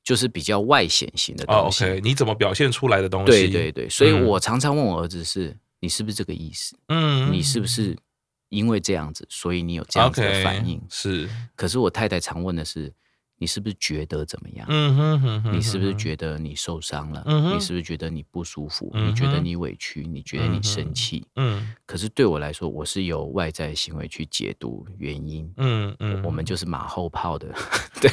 Speaker 2: 就是比较外显型的
Speaker 1: 哦
Speaker 2: 东西。
Speaker 1: OK，你怎么表现出来的东西？
Speaker 2: 对对，对，所以
Speaker 1: 嗯
Speaker 2: 我常常问我儿子是：你是不是这个意思？
Speaker 1: 嗯，
Speaker 2: 你是不是因为这样子，所以你有这样子的
Speaker 1: OK，
Speaker 2: 反应？
Speaker 1: 是，
Speaker 2: 可是我太太常问的是，你是不是觉得怎么样？
Speaker 1: 嗯哼哼哼，
Speaker 2: 你是不是
Speaker 1: 哼
Speaker 2: 觉得你受伤了？
Speaker 1: 嗯哼
Speaker 2: 你是不是觉得你不舒服？你觉
Speaker 1: 嗯
Speaker 2: 得
Speaker 1: 哼
Speaker 2: 你委屈？你觉得你生气？
Speaker 1: 嗯
Speaker 2: 可是对我来说，我是由外在行为去解读原因。
Speaker 1: 嗯嗯，
Speaker 2: 我们就是马后炮的， 对，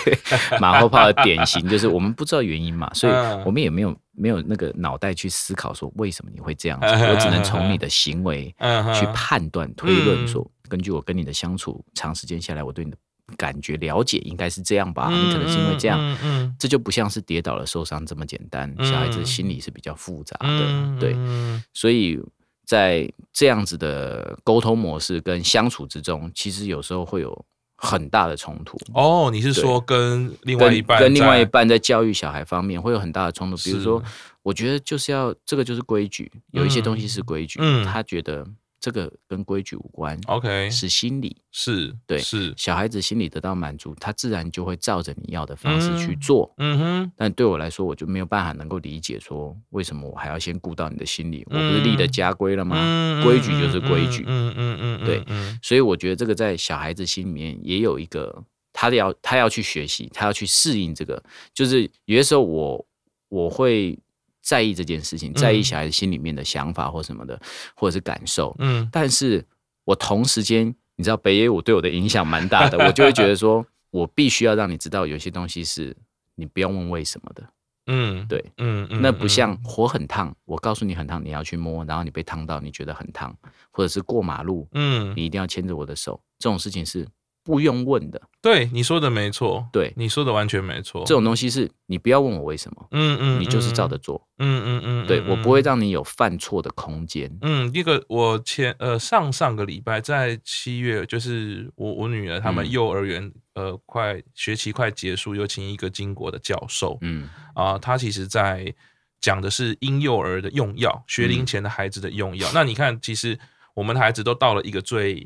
Speaker 2: 马后炮的典型就是我们不知道原因 嘛，所以
Speaker 1: 嗯
Speaker 2: 我们也没有没有那个脑袋去思考说为什么你会这样 子，我只能从你的行为
Speaker 1: 嗯哼
Speaker 2: 去判断推论
Speaker 1: 嗯
Speaker 2: 说，根据我跟你的相处长时间下来，我对你的感觉了解应该是这样吧，
Speaker 1: 嗯
Speaker 2: 你可能是因为这样，
Speaker 1: 嗯嗯
Speaker 2: 这就不像是跌倒了受伤这么简单，小孩子
Speaker 1: 嗯
Speaker 2: 心理是比较复杂的，
Speaker 1: 嗯，
Speaker 2: 对，
Speaker 1: 嗯
Speaker 2: 所以在这样子的沟通模式跟相处之中，其实有时候会有很大的冲突。
Speaker 1: 哦，你是说跟另外
Speaker 2: 跟
Speaker 1: 一半
Speaker 2: 跟另外一
Speaker 1: 在
Speaker 2: 半在教育小孩方面会有很大的冲突。比如
Speaker 1: 是
Speaker 2: 说，我觉得就是要这个就是规矩，有一些东西是规矩，
Speaker 1: 嗯嗯
Speaker 2: 他觉得这个跟规矩无关，
Speaker 1: OK
Speaker 2: 是心理。
Speaker 1: 是
Speaker 2: 对
Speaker 1: 是
Speaker 2: 小孩子心理得到满足，他自然就会照着你要的方式去
Speaker 1: 嗯
Speaker 2: 做。
Speaker 1: 嗯哼
Speaker 2: 但对我来说，我就没有办法能够理解说，为什么我还要先顾到你的心理？我不是立了
Speaker 1: 嗯
Speaker 2: 家规了吗？
Speaker 1: 嗯
Speaker 2: 规矩就是规矩。
Speaker 1: 嗯嗯嗯嗯
Speaker 2: 对
Speaker 1: 嗯
Speaker 2: 所以我觉得这个在小孩子心里面也有一个，他要他要去学习，他要去适应这个。就是有些时候我我会在意这件事情，在意小孩子心里面的想法或什么的，或者是感受。
Speaker 1: 嗯
Speaker 2: 但是我同时间，你知道北野武对我的影响蛮大 的，我就会觉得说我必须要让你知道，有些东西是你不要问为什么的。
Speaker 1: 嗯
Speaker 2: 对
Speaker 1: 嗯嗯
Speaker 2: 那不像
Speaker 1: 嗯
Speaker 2: 火很烫，我告诉你很烫，你要去摸，然后你被烫到，你觉得很烫，或者是过马路，
Speaker 1: 嗯
Speaker 2: 你一定要牵着我的手，这种事情是不用问的。
Speaker 1: 对你说的没错，
Speaker 2: 对
Speaker 1: 你说的完全没错，
Speaker 2: 这种东西是你不要问我为什么，
Speaker 1: 嗯嗯
Speaker 2: 你就是照
Speaker 1: 嗯
Speaker 2: 着做。
Speaker 1: 嗯嗯嗯，
Speaker 2: 对
Speaker 1: 嗯
Speaker 2: 我不会。让你有犯错的空间。
Speaker 1: 嗯，一个我前呃上上个礼拜在七月，就是我我女儿他们
Speaker 2: 嗯
Speaker 1: 幼儿园、呃快学期快结束，有请一个英国的教授
Speaker 2: 嗯
Speaker 1: 啊、他其实在讲的是婴幼儿的用药，学龄
Speaker 2: 嗯
Speaker 1: 前的孩子的用药。那你看，其实我们的孩子都到了一个最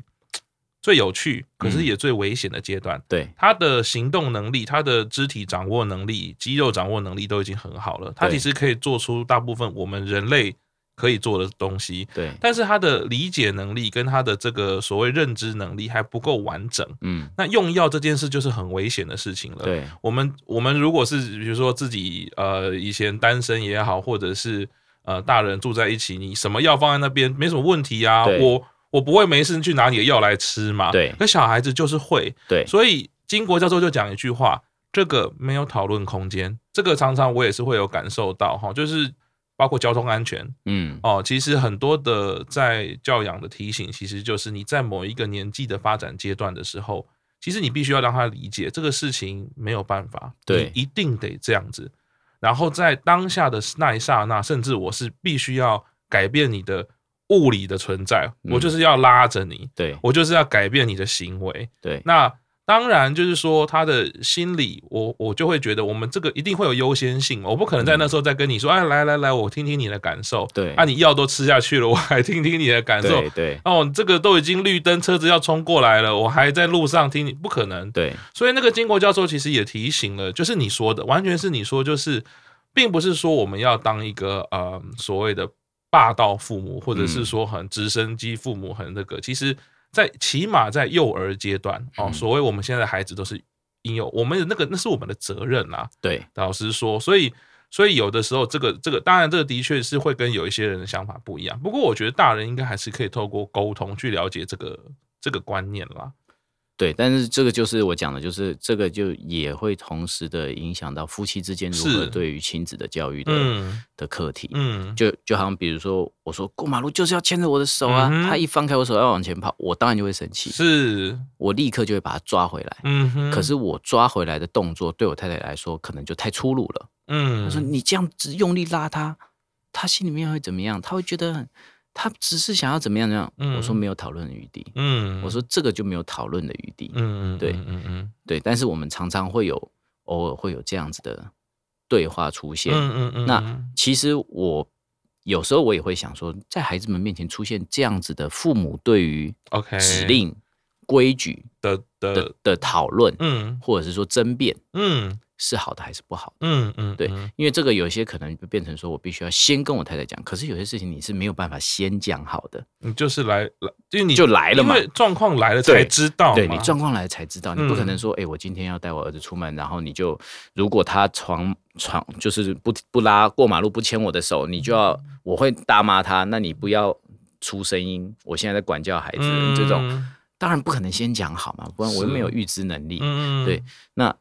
Speaker 1: 最有趣，可是
Speaker 2: 嗯
Speaker 1: 也最危险的阶段。
Speaker 2: 对
Speaker 1: 他的行动能力、他的肢体掌握能力、肌肉掌握能力都已经很好了，他
Speaker 2: 对
Speaker 1: 其实可以做出大部分我们人类可以做的东西，
Speaker 2: 对，
Speaker 1: 但是他的理解能力跟他的这个所谓认知能力还不够完整。
Speaker 2: 嗯
Speaker 1: 那用药这件事就是很危险的事情了。
Speaker 2: 对
Speaker 1: 我们我们如果是比如说自己呃以前单身也好，或者是呃大人住在一起，你什么药放在那边没什么问题啊，
Speaker 2: 对
Speaker 1: 我我不会没事去拿你的药来吃嘛。
Speaker 2: 对
Speaker 1: 可小孩子就是会，
Speaker 2: 对
Speaker 1: 所以金国教授就讲一句话：这个没有讨论空间。这个常常我也是会有感受到哈，就是包括交通安全
Speaker 2: 嗯
Speaker 1: 哦，其实很多的在教养的提醒，其实就是你在某一个年纪的发展阶段的时候，其实你必须要让他理解这个事情没有办法，
Speaker 2: 对
Speaker 1: 你一定得这样子。然后在当下的那一刹那，甚至我是必须要改变你的物理的存在，我
Speaker 2: 嗯
Speaker 1: 就是要拉着你，
Speaker 2: 对
Speaker 1: 我就是要改变你的行为。
Speaker 2: 对
Speaker 1: 那当然就是说他的心理，我我就会觉得我们这个一定会有优先性，我不可能在
Speaker 2: 嗯
Speaker 1: 那时候再跟你说，哎，来来来，我听听你的感受。
Speaker 2: 对
Speaker 1: 啊，你药都吃下去了，我还听听你的感受
Speaker 2: 对。对
Speaker 1: 哦，这个都已经绿灯，车子要冲过来了，我还在路上听你，不可能。
Speaker 2: 对
Speaker 1: 所以那个金国教授其实也提醒了，就是你说的，完全是你说，就是并不是说我们要当一个呃所谓的霸道父母，或者是
Speaker 2: 嗯
Speaker 1: 说很直升机父母，很那个。其实在，起码在幼儿阶段哦，
Speaker 2: 嗯
Speaker 1: 所谓我们现在的孩子都是婴幼，我们的那个那是我们的责任啦、
Speaker 2: 对
Speaker 1: 老实说，所以所以有的时候这个这个，当然这个的确是会跟有一些人的想法不一样。不过我觉得大人应该还是可以透过沟通去了解这个这个观念啦。
Speaker 2: 对，但是这个就是我讲的，就是这个就也会同时的影响到夫妻之间如何
Speaker 1: 是
Speaker 2: 对于亲子的教育的、
Speaker 1: 嗯
Speaker 2: 的课题。
Speaker 1: 嗯，
Speaker 2: 就就好像比如说，我说过马路就是要牵着我的手啊，
Speaker 1: 嗯哼
Speaker 2: 他一放开我手要往前跑，我当然就会生气，
Speaker 1: 是
Speaker 2: 我立刻就会把他抓回来。
Speaker 1: 嗯哼，
Speaker 2: 可是我抓回来的动作对我太太来说可能就太粗鲁了。
Speaker 1: 嗯，
Speaker 2: 她说：“你这样子用力拉他，他心里面会怎么样？他会觉得很他只是想要怎么样怎么样。我说：“
Speaker 1: 嗯
Speaker 2: 没有讨论余地。
Speaker 1: 嗯，
Speaker 2: 我说：“这个就没有讨论的余地。
Speaker 1: 嗯嗯，
Speaker 2: 对
Speaker 1: 嗯嗯嗯
Speaker 2: 对，但是我们常常会有偶尔会有这样子的对话出现。
Speaker 1: 嗯嗯嗯，
Speaker 2: 那其实我有时候我也会想说，在孩子们面前出现这样子的父母对于
Speaker 1: OK
Speaker 2: 指令、规矩
Speaker 1: 的哎的
Speaker 2: 的，的讨论，
Speaker 1: 嗯
Speaker 2: 或者是说争辩，
Speaker 1: 嗯
Speaker 2: 是好的还是不好的？
Speaker 1: 嗯嗯，
Speaker 2: 对
Speaker 1: 嗯
Speaker 2: 因为这个有些可能就变成说我必须要先跟我太太讲，可是有些事情你是没有办法先讲好的，
Speaker 1: 你就是来来，因为你
Speaker 2: 就来了嘛
Speaker 1: 嗯因为状况来了才
Speaker 2: 对
Speaker 1: 知道嘛，
Speaker 2: 对你状况来才知道，你不可
Speaker 1: 嗯
Speaker 2: 能说，哎、我今天要带我儿子出门，然后你就如果他闯闯就是不不拉过马路不牵我的手，你就要
Speaker 1: 嗯
Speaker 2: 我会大骂他，那你不要出声音，我现在在管教孩子、
Speaker 1: 嗯
Speaker 2: 这种，当然不可能先讲好嘛，不然我又没有
Speaker 1: 是
Speaker 2: 预知能力。
Speaker 1: 嗯，嗯
Speaker 2: 对，那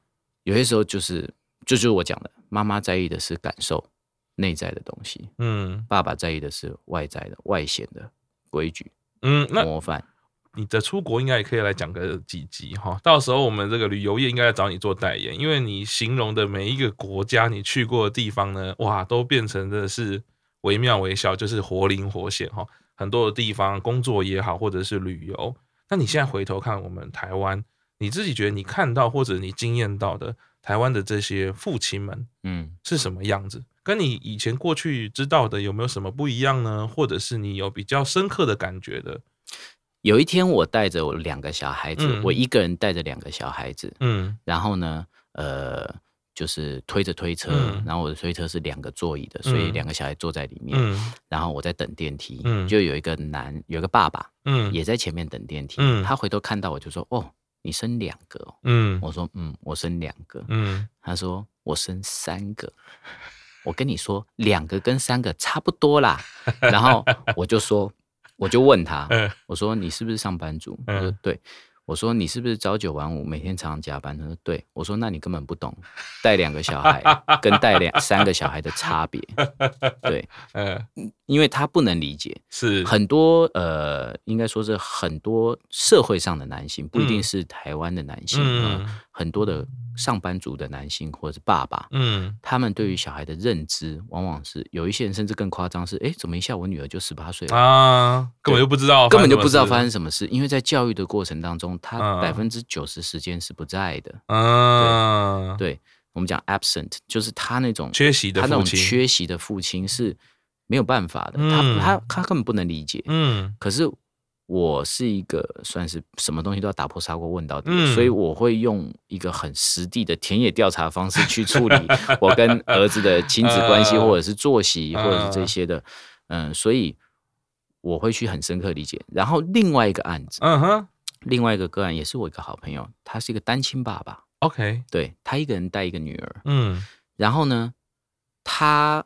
Speaker 2: 有些时候就是就就是我讲的，妈妈在意的是感受内在的东西，
Speaker 1: 嗯
Speaker 2: 爸爸在意的是外在的外显的规矩
Speaker 1: 嗯，那
Speaker 2: 模范。
Speaker 1: 你的出国应该也可以来讲个几集哈，到时候我们这个旅游业应该来找你做代言，因为你形容的每一个国家你去过的地方呢，哇，都变成的是惟妙惟肖，就是活灵活现哈。很多的地方工作也好，或者是旅游，那你现在回头看我们台湾，你自己觉得你看到或者你惊艳到的台湾的这些父亲们
Speaker 2: 嗯
Speaker 1: 是什么样子，跟你以前过去知道的有没有什么不一样呢？或者是你有比较深刻的感觉的？
Speaker 2: 有一天我带着我两个小孩子，
Speaker 1: 嗯
Speaker 2: 我一个人带着两个小孩子，
Speaker 1: 嗯
Speaker 2: 然后呢，呃，就是推着推车，
Speaker 1: 嗯
Speaker 2: 然后我的推车是两个座椅的，所以
Speaker 1: 嗯
Speaker 2: 两个小孩坐在里面，
Speaker 1: 嗯
Speaker 2: 然后我在等电梯，
Speaker 1: 嗯
Speaker 2: 就有一个男，有一个爸爸
Speaker 1: 嗯
Speaker 2: 也在前面等电梯，
Speaker 1: 嗯
Speaker 2: 他回头看到我就说：“哦，你生两个、哦？”
Speaker 1: 嗯
Speaker 2: 我说：“嗯，我生两个。
Speaker 1: 嗯
Speaker 2: 他说：“我生三个。”我跟你说，两个跟三个差不多 啦。然后我就说，我就问他，
Speaker 1: 嗯
Speaker 2: 我说你是不是上班族？他说
Speaker 1: 嗯
Speaker 2: 对。我说你是不是朝九晚五，每天常常加班？他说对。我说那你根本不懂带两个 小孩跟带两三个小孩的差别，对，
Speaker 1: 呃，
Speaker 2: 因为他不能理解
Speaker 1: 是
Speaker 2: 很多呃，应该说是很多社会上的男性，不一定
Speaker 1: 嗯
Speaker 2: 是台湾的男性，
Speaker 1: 嗯
Speaker 2: 呃很多的上班族的男性或者是爸爸，
Speaker 1: 嗯
Speaker 2: 他们对于小孩的认知，往往是有一些人甚至更夸张是，诶，怎么一下我女儿就十八岁了？
Speaker 1: 啊，根本就不知道，
Speaker 2: 根本就不知道发生。什么事，因为在教育的过程当中，他
Speaker 1: 嗯
Speaker 2: 百分之九十时间是不在的。
Speaker 1: 嗯，
Speaker 2: 对我们讲 absent，就是他那种
Speaker 1: 缺席的
Speaker 2: 他那
Speaker 1: 父
Speaker 2: 种
Speaker 1: 亲
Speaker 2: 缺席的父亲是没有办法的，
Speaker 1: 嗯
Speaker 2: 他他他根本不能理解。
Speaker 1: 嗯
Speaker 2: 可是我是一个算是什么东西都要打破砂锅问到底的，
Speaker 1: 嗯
Speaker 2: 所以我会用一个很实地的田野调查方式去处理我跟儿子的亲子关系，
Speaker 1: 呃
Speaker 2: 或者是作息，或者是这
Speaker 1: 呃
Speaker 2: 些的，嗯，所以我会去很深刻理解。然后另外一个案子，
Speaker 1: 嗯哼
Speaker 2: 另外一个个案也是我一个好朋友，他是一个单亲爸爸，
Speaker 1: ，OK，
Speaker 2: 对他一个人带一个女儿，
Speaker 1: 嗯
Speaker 2: 然后呢，他。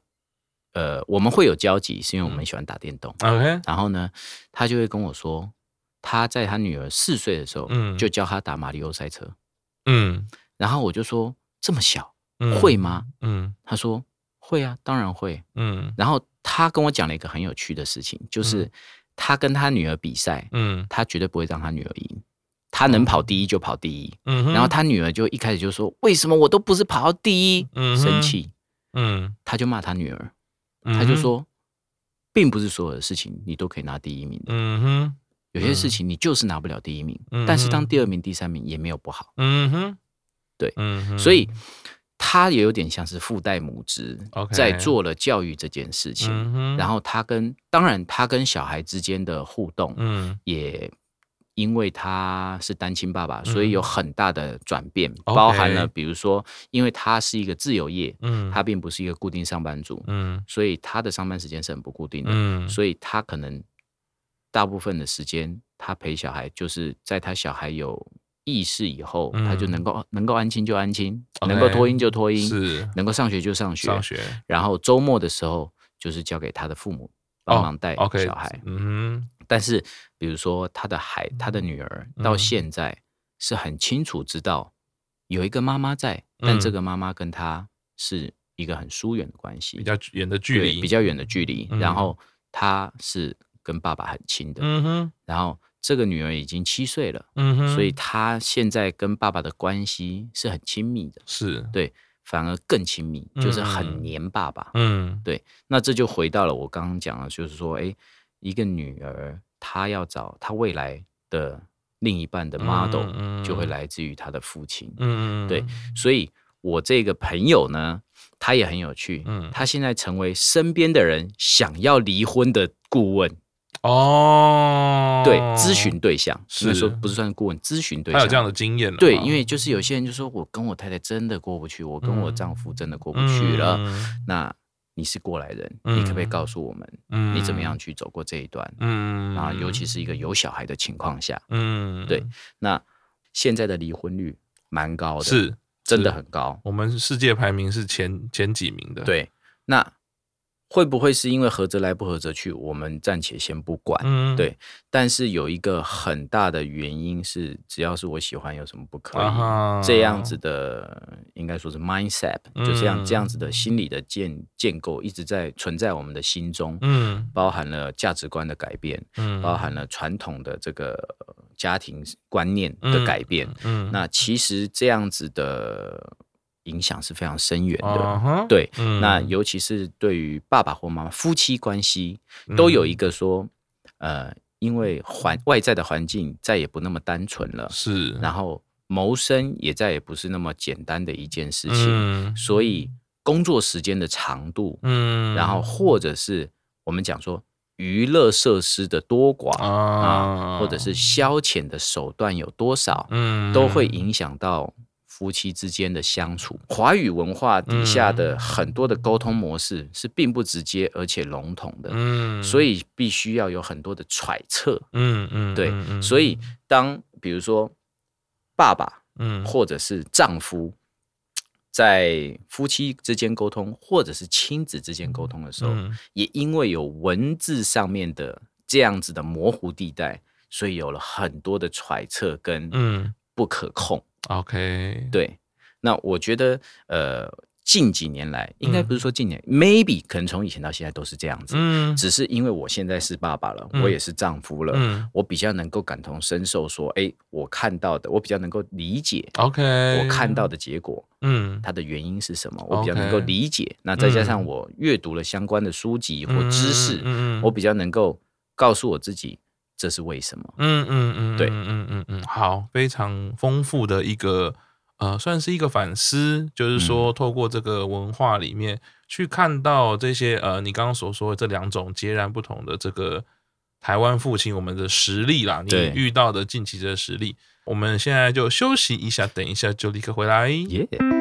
Speaker 2: 呃，我们会有交集，是因为我们喜欢打电动。
Speaker 1: ，OK，
Speaker 2: 然后呢，他就会跟我说，他在他女儿四岁的时候，
Speaker 1: 嗯
Speaker 2: 就教他打马里奥赛车。
Speaker 1: 嗯
Speaker 2: 然后我就说，这么小
Speaker 1: 嗯，
Speaker 2: 会，吗？
Speaker 1: 嗯
Speaker 2: 他说会啊，当然会。
Speaker 1: 嗯
Speaker 2: 然后他跟我讲了一个很有趣的事情，就是他跟他女儿比赛，
Speaker 1: 嗯
Speaker 2: 他绝对不会让他女儿赢，他能跑第一就跑第一。
Speaker 1: 嗯哼，
Speaker 2: 然后他女儿就一开始就说，为什么我都不是跑到第一？
Speaker 1: 嗯哼
Speaker 2: 生气，
Speaker 1: 嗯，
Speaker 2: 他就骂他女儿，
Speaker 1: 嗯
Speaker 2: 他就
Speaker 1: 哼，
Speaker 2: 说，并不是所有的事情你都可以拿第一名的。
Speaker 1: 嗯哼，
Speaker 2: 有些事情你就是拿不了第一名，
Speaker 1: 嗯
Speaker 2: 但是当
Speaker 1: 嗯
Speaker 2: 第二名、第三名也没有不好，
Speaker 1: 嗯哼，
Speaker 2: 对
Speaker 1: 嗯哼，
Speaker 2: 所以他也有点像是父代母职
Speaker 1: OK
Speaker 2: 在做了教育这件事情。
Speaker 1: 嗯哼，
Speaker 2: 然后他跟当然他跟小孩之间的互动，
Speaker 1: 嗯
Speaker 2: 也因为他是单亲爸爸，所以有很大的转变，
Speaker 1: 嗯 OK
Speaker 2: 包含了比如说，因为他是一个自由业，
Speaker 1: 嗯，
Speaker 2: 他并不是一个固定上班族，
Speaker 1: 嗯
Speaker 2: 所以他的上班时间是很不固定的。
Speaker 1: 嗯，
Speaker 2: 所以他可能大部分的时间，他陪小孩，就是在他小孩有意识以后，他就
Speaker 1: 嗯
Speaker 2: 能够哦能够安亲就安亲，
Speaker 1: OK，
Speaker 2: 能够脱音就脱音，
Speaker 1: 是嗯
Speaker 2: 能够上学就上学，
Speaker 1: 上学
Speaker 2: 然后周末的时候就是交给他的父母帮忙带
Speaker 1: 哦，OK，
Speaker 2: 小孩。
Speaker 1: 嗯哼，
Speaker 2: 但是，比如说他的孩，他的女儿到
Speaker 1: 嗯
Speaker 2: 现在是很清楚知道有一个妈妈在，但
Speaker 1: 嗯
Speaker 2: 这个妈妈跟他是一个很疏远的关系，
Speaker 1: 比较远的距
Speaker 2: 对
Speaker 1: 离，
Speaker 2: 比较远的距离，然
Speaker 1: 嗯
Speaker 2: 后他是跟爸爸很亲的，
Speaker 1: 嗯哼，
Speaker 2: 然后这个女儿已经七岁了，
Speaker 1: 嗯哼，
Speaker 2: 所以她现在跟爸爸的关系是很亲密的，
Speaker 1: 是，
Speaker 2: 对，反而更亲密，就是很
Speaker 1: 嗯
Speaker 2: 黏爸爸。
Speaker 1: 嗯
Speaker 2: 那这就回到了我刚刚讲的，就是说，哎，一个女儿她要找她未来的另一半的 model，、
Speaker 1: 嗯
Speaker 2: 就会
Speaker 1: 嗯
Speaker 2: 来自于她的父亲，
Speaker 1: 嗯嗯，
Speaker 2: 对，所以我这个朋友呢，他也很有趣，
Speaker 1: 嗯
Speaker 2: 他现在成为身边的人想要离婚的顾问，
Speaker 1: 哦，
Speaker 2: 对，咨询对象，
Speaker 1: 是
Speaker 2: 应该说不是算是顾问，咨询对
Speaker 1: 他有这样
Speaker 2: 象。
Speaker 1: 的啊经验了吗，
Speaker 2: 对，因为就是有些人就说，我跟我太太真的过不去，我跟我
Speaker 1: 嗯
Speaker 2: 丈夫真的过不去了。
Speaker 1: 嗯
Speaker 2: 那你是过来人，你可不可以
Speaker 1: 嗯
Speaker 2: 告诉我们，
Speaker 1: 嗯
Speaker 2: 你怎么样？去走过这一段？
Speaker 1: 嗯
Speaker 2: 啊，尤其
Speaker 1: 是
Speaker 2: 是一个有小孩的情况下，
Speaker 1: 嗯，
Speaker 2: 对那现在的离婚率蛮高的，
Speaker 1: 是
Speaker 2: 真的
Speaker 1: 是
Speaker 2: 很高。
Speaker 1: 我们世界排名是前前几名的，，
Speaker 2: 对，那会不会是因为合则来不合则去，我们暂且先不管。
Speaker 1: 嗯，
Speaker 2: 对但是有一个很大的原因是，只要是我喜欢，有什么不可以？
Speaker 1: 啊哈
Speaker 2: 这样子的应该说是 mindset，、就这样这样子
Speaker 1: 嗯
Speaker 2: 的心理的建建构一直在存在我们的心中，
Speaker 1: 嗯
Speaker 2: 包含了价值观的改变，
Speaker 1: 嗯，
Speaker 2: 包含了传统的这个呃家庭观念的改变。
Speaker 1: 嗯，
Speaker 2: 那其实这样子的影响是非常深远的。
Speaker 1: 啊哈，
Speaker 2: 对，
Speaker 1: 嗯
Speaker 2: 那尤其是对于爸爸或妈妈夫妻关系，
Speaker 1: 嗯
Speaker 2: 都有一个说，呃，因为环外在的环境再也不那么单纯了，
Speaker 1: 是，
Speaker 2: 然后谋生也再也不是那么简单的一件事情，
Speaker 1: 嗯
Speaker 2: 所以工作时间的长度，
Speaker 1: 嗯，
Speaker 2: 然后或者是我们讲说娱乐设施的多寡
Speaker 1: 啊
Speaker 2: 啊，，或者是消遣的手段有多少，
Speaker 1: 嗯
Speaker 2: 都会影响到夫妻之间的相处。华语文化底下
Speaker 1: 嗯
Speaker 2: 的很多的沟通模式是并不直接而且笼统的，
Speaker 1: 嗯，
Speaker 2: 所
Speaker 1: 以
Speaker 2: 以必须要有很多的揣测。
Speaker 1: 嗯嗯
Speaker 2: 对
Speaker 1: 嗯，嗯
Speaker 2: 所以当比如说爸爸
Speaker 1: 嗯
Speaker 2: 或者是丈夫在夫妻之间沟通，或者是亲子之间沟通的时候，
Speaker 1: 嗯
Speaker 2: 也因为有文字上面的这样子的模糊地带，所以有了很多的揣测跟
Speaker 1: 嗯
Speaker 2: 不可控。
Speaker 1: ，OK，
Speaker 2: 对，那我觉得呃，近几年来，应该
Speaker 1: 嗯
Speaker 2: 不是说近年、m a y b e 可能从以前到现在都是这样子，
Speaker 1: 嗯
Speaker 2: 只是因为我现在是爸爸了，
Speaker 1: 嗯
Speaker 2: 我也是丈夫了，
Speaker 1: 嗯
Speaker 2: 我比较能够感同身受说，哎，我看到的，我比较能够理解。
Speaker 1: ，OK，
Speaker 2: 我看到的结果，
Speaker 1: 嗯
Speaker 2: 它的原因是什么？我比较能够
Speaker 1: OK
Speaker 2: 理解。那再加上
Speaker 1: 嗯
Speaker 2: 我阅读了相关的书籍或知识，
Speaker 1: 嗯嗯嗯
Speaker 2: 我比较能够告诉我自己这是为什么。
Speaker 1: 嗯嗯嗯，
Speaker 2: 对
Speaker 1: 嗯嗯嗯嗯，好，非常丰富的一个呃，算是一个反思，就是说透过这个文化里面去看到这些呃，你刚刚所说的这两种截然不同的这个台湾父亲我们的实力啦，你
Speaker 2: 对
Speaker 1: 遇到的近期的实力，我们现在就休息一下，等一下就立刻回来。
Speaker 2: 耶、
Speaker 1: 嗯